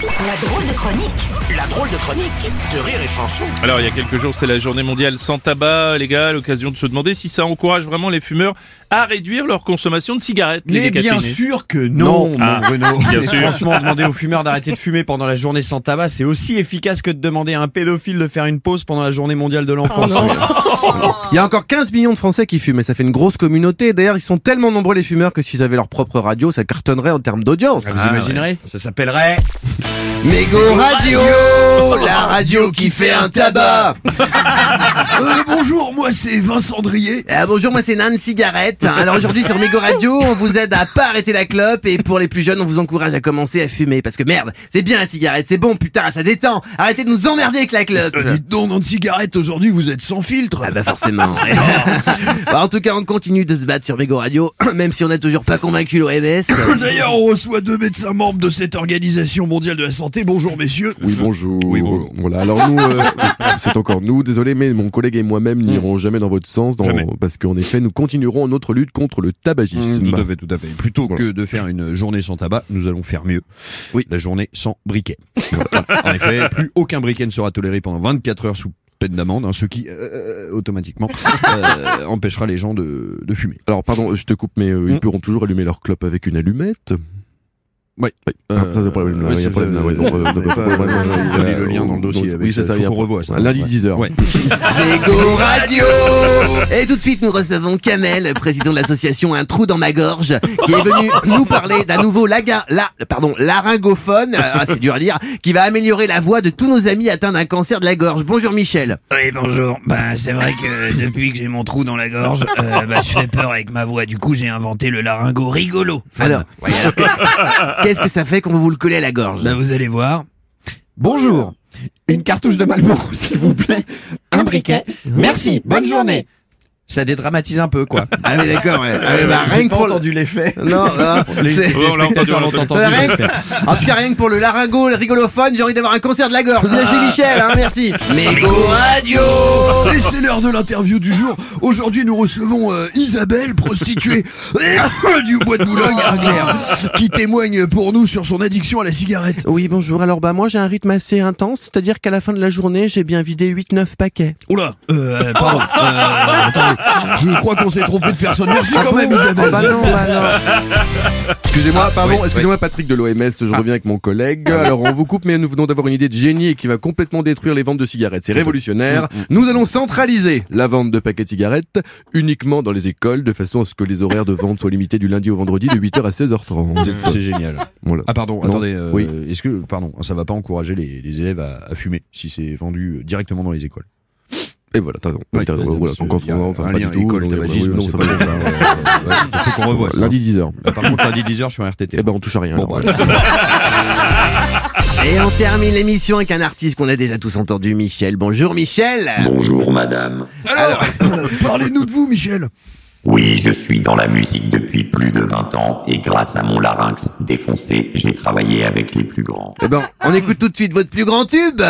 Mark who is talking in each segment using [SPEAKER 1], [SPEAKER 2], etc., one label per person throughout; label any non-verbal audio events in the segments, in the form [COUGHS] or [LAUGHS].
[SPEAKER 1] La drôle de chronique.
[SPEAKER 2] La drôle de chronique de Rire et Chanson.
[SPEAKER 3] Alors, il y a quelques jours, c'était la journée mondiale sans tabac, les gars, l'occasion de se demander si ça encourage vraiment les fumeurs à réduire leur consommation de cigarettes. les
[SPEAKER 4] Mais bien
[SPEAKER 3] décaféinés.
[SPEAKER 4] sûr que non, mon
[SPEAKER 3] Ah,
[SPEAKER 4] Bruno.
[SPEAKER 3] bien
[SPEAKER 4] Et
[SPEAKER 3] sûr.
[SPEAKER 4] Franchement, demander aux fumeurs d'arrêter de fumer pendant la journée sans tabac, c'est aussi efficace que de demander à un pédophile de faire une pause pendant la journée mondiale de l'enfance.
[SPEAKER 5] Il y a encore 15 millions de Français qui fument et ça fait une grosse communauté. D'ailleurs, ils sont tellement nombreux les fumeurs que s'ils avaient leur propre radio, ça cartonnerait en termes d'audience.
[SPEAKER 4] Ah,
[SPEAKER 5] Ah.
[SPEAKER 4] Vous imaginerez Ça s'appellerait
[SPEAKER 5] Mégo Radio La radio qui fait
[SPEAKER 4] [LAUGHS]
[SPEAKER 5] un tabac
[SPEAKER 4] Euh, Bonjour, moi c'est Vincent Drier.
[SPEAKER 5] Euh, Bonjour, moi c'est Nan Cigarette. Alors aujourd'hui sur Mégo Radio, on vous aide à pas arrêter la clope et pour les plus jeunes, on vous encourage à commencer à fumer parce que merde, c'est bien la cigarette, c'est bon putain, ça détend. Arrêtez de nous emmerder avec la clope
[SPEAKER 4] Euh, donc, non de cigarette, aujourd'hui vous êtes sans filtre.
[SPEAKER 5] Ah bah forcément. Bah, en tout cas, on continue de se battre sur Mégo Radio, [CLEARS THROAT] même si on n'a toujours pas convaincu l'OMS.
[SPEAKER 4] D'ailleurs, on reçoit deux médecins membres de cette organisation mondiale de la santé. Bonjour messieurs.
[SPEAKER 6] Oui bonjour.
[SPEAKER 3] Oui, bonjour.
[SPEAKER 6] Voilà. Alors nous, euh, [LAUGHS] c'est encore nous. Désolé, mais mon collègue et
[SPEAKER 4] Hmm.
[SPEAKER 6] moi-même n'irons jamais dans votre sens, dans-
[SPEAKER 3] Jamais.
[SPEAKER 6] parce qu'en effet, nous continuerons notre lutte contre le tabagisme.
[SPEAKER 4] Tout à fait, tout à fait. Plutôt que de faire une journée sans tabac, nous allons faire mieux. Oui. La journée sans briquet. Voilà. en effet, plus aucun briquet ne sera toléré pendant 24 heures sous peine d'amende, hein, ce qui, euh, automatiquement, euh, empêchera les gens de, de fumer.
[SPEAKER 6] Alors pardon, je te coupe, mais euh,
[SPEAKER 4] Hmm.
[SPEAKER 6] ils pourront toujours allumer leur clope avec une allumette.
[SPEAKER 4] Oui.
[SPEAKER 6] Ah, ça, c'est pas problème, là, il y a pas problème, là,
[SPEAKER 4] [LAUGHS]
[SPEAKER 6] ouais, donc, euh, ça peut pas- ouais, ouais, ouais,
[SPEAKER 4] J'ai mis le
[SPEAKER 6] ouais,
[SPEAKER 4] lien dans le
[SPEAKER 6] donc,
[SPEAKER 4] dossier.
[SPEAKER 6] oui,
[SPEAKER 4] avec,
[SPEAKER 6] c'est
[SPEAKER 4] euh,
[SPEAKER 6] ça,
[SPEAKER 4] faut
[SPEAKER 6] il y a
[SPEAKER 4] qu'on
[SPEAKER 6] pas-
[SPEAKER 4] revoie ça.
[SPEAKER 6] Lundi
[SPEAKER 4] Ouais.
[SPEAKER 6] 10h.
[SPEAKER 4] Ouais.
[SPEAKER 5] Mégo Radio Et tout de suite, nous recevons Kamel, président de l'association Un trou dans ma gorge, qui est venu nous parler d'un nouveau laga, la, pardon, laryngophone, euh, ah, c'est dur à dire, qui va améliorer la voix de tous nos amis atteints d'un cancer de la gorge. Bonjour Michel.
[SPEAKER 7] Oui, bonjour. Ben, c'est vrai que depuis que j'ai mon trou dans la gorge, euh, bah, je fais peur avec ma voix. Du coup, j'ai inventé le laryngo rigolo.
[SPEAKER 5] Alors, ouais, alors, Bah, qu'est-ce que ça fait quand vous vous le collez à la gorge
[SPEAKER 7] Ben, vous allez voir.
[SPEAKER 8] Bonjour. Une cartouche de Malboro, s'il vous plaît. Un briquet. Merci. Bonne journée.
[SPEAKER 4] Ça dédramatise un peu, quoi.
[SPEAKER 6] [LAUGHS]
[SPEAKER 5] Ah oui, d'accord, ouais. Ah oui, bah,
[SPEAKER 4] J'ai
[SPEAKER 5] rien que
[SPEAKER 4] pas
[SPEAKER 5] pour le-
[SPEAKER 4] entendu l'effet.
[SPEAKER 5] Non, non, c'est-
[SPEAKER 3] Ouais, [LAUGHS] on l'a entendu, on l'a entendu.
[SPEAKER 5] Euh, rien que- En tout cas, rien que pour le laryngo, le rigolophone, j'ai envie d'avoir un concert de la gorge. Bien chez Michel, hein, merci. Mégo Radio
[SPEAKER 4] Et c'est l'heure de l'interview du jour. Aujourd'hui, nous recevons euh, Isabelle, prostituée [LAUGHS] du bois de Boulogne, Argler, qui témoigne pour nous sur son addiction à la cigarette.
[SPEAKER 5] Oui, bonjour. Alors, bah, moi, j'ai un rythme assez intense, c'est-à-dire qu'à la fin de la journée, j'ai bien vidé 8-9 paquets.
[SPEAKER 4] Oula, euh, pardon. euh, attendez, je crois qu'on s'est trompé de personne. Merci quand même, Isabelle.
[SPEAKER 5] bah non, bah non.
[SPEAKER 6] [LAUGHS]
[SPEAKER 4] Ah,
[SPEAKER 6] Excusez-moi, pardon, excusez-moi Patrick de l'OMS, je reviens avec mon collègue. Alors on vous coupe, mais nous venons d'avoir une idée de génie et qui va complètement détruire les ventes de cigarettes. C'est révolutionnaire.
[SPEAKER 4] Mm,
[SPEAKER 6] Nous allons centraliser la vente de paquets de cigarettes uniquement dans les écoles, de façon à ce que les horaires de vente soient limités du lundi au vendredi de 8h à 16h30.
[SPEAKER 4] C'est génial.
[SPEAKER 6] Voilà.
[SPEAKER 4] Ah pardon,
[SPEAKER 6] Non.
[SPEAKER 4] attendez. euh,
[SPEAKER 6] Oui.
[SPEAKER 4] Est-ce que pardon, ça va pas encourager les, les élèves à, à fumer si c'est vendu euh, directement dans les écoles
[SPEAKER 6] Et voilà, t'as raison.
[SPEAKER 4] Ouais,
[SPEAKER 6] T'as raison,
[SPEAKER 4] euh,
[SPEAKER 6] voilà,
[SPEAKER 4] parce
[SPEAKER 6] donc
[SPEAKER 4] que
[SPEAKER 6] quand
[SPEAKER 4] y a
[SPEAKER 6] on va, enfin,
[SPEAKER 4] un
[SPEAKER 6] pas
[SPEAKER 4] lien
[SPEAKER 6] du tout,
[SPEAKER 4] école,
[SPEAKER 6] non,
[SPEAKER 4] tabagisme,
[SPEAKER 6] non,
[SPEAKER 4] c'est
[SPEAKER 6] ça
[SPEAKER 4] pas
[SPEAKER 6] va.
[SPEAKER 4] comme ça, ouais, ouais, [LAUGHS] ouais. Faut qu'on revoie ça.
[SPEAKER 6] Lundi 10h.
[SPEAKER 4] Par contre, lundi 10h, je suis en RTT.
[SPEAKER 6] Eh ben on touche à rien.
[SPEAKER 4] Bon,
[SPEAKER 6] alors,
[SPEAKER 4] bah,
[SPEAKER 6] voilà.
[SPEAKER 5] Et on termine l'émission avec un artiste qu'on a déjà tous entendu, Michel. Bonjour, Michel.
[SPEAKER 9] Bonjour madame.
[SPEAKER 4] Alors, [COUGHS] parlez-nous de vous, Michel.
[SPEAKER 9] Oui, je suis dans la musique depuis plus de 20 ans et grâce à mon larynx défoncé, j'ai travaillé avec les plus grands.
[SPEAKER 5] Eh ben, on écoute tout de suite votre plus grand tube.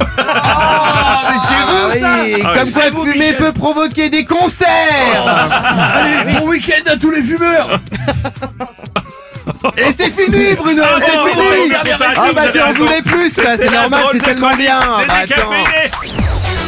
[SPEAKER 5] Ah, mais c'est vous, ça Comme quoi, fumer peut provoquer des concerts
[SPEAKER 7] Allez, bon week-end à tous les fumeurs.
[SPEAKER 5] Et c'est fini, Bruno
[SPEAKER 3] Ah,
[SPEAKER 5] C'est
[SPEAKER 3] bon, bon, bon,
[SPEAKER 5] fini
[SPEAKER 3] dernière
[SPEAKER 5] Ah bah
[SPEAKER 3] réplique,
[SPEAKER 5] tu en voulais plus, ça, c'est
[SPEAKER 3] la
[SPEAKER 5] normal,
[SPEAKER 3] drôle
[SPEAKER 5] c'est
[SPEAKER 3] de
[SPEAKER 5] tellement bien
[SPEAKER 3] Les
[SPEAKER 5] Bah, attends.
[SPEAKER 3] décaféinés.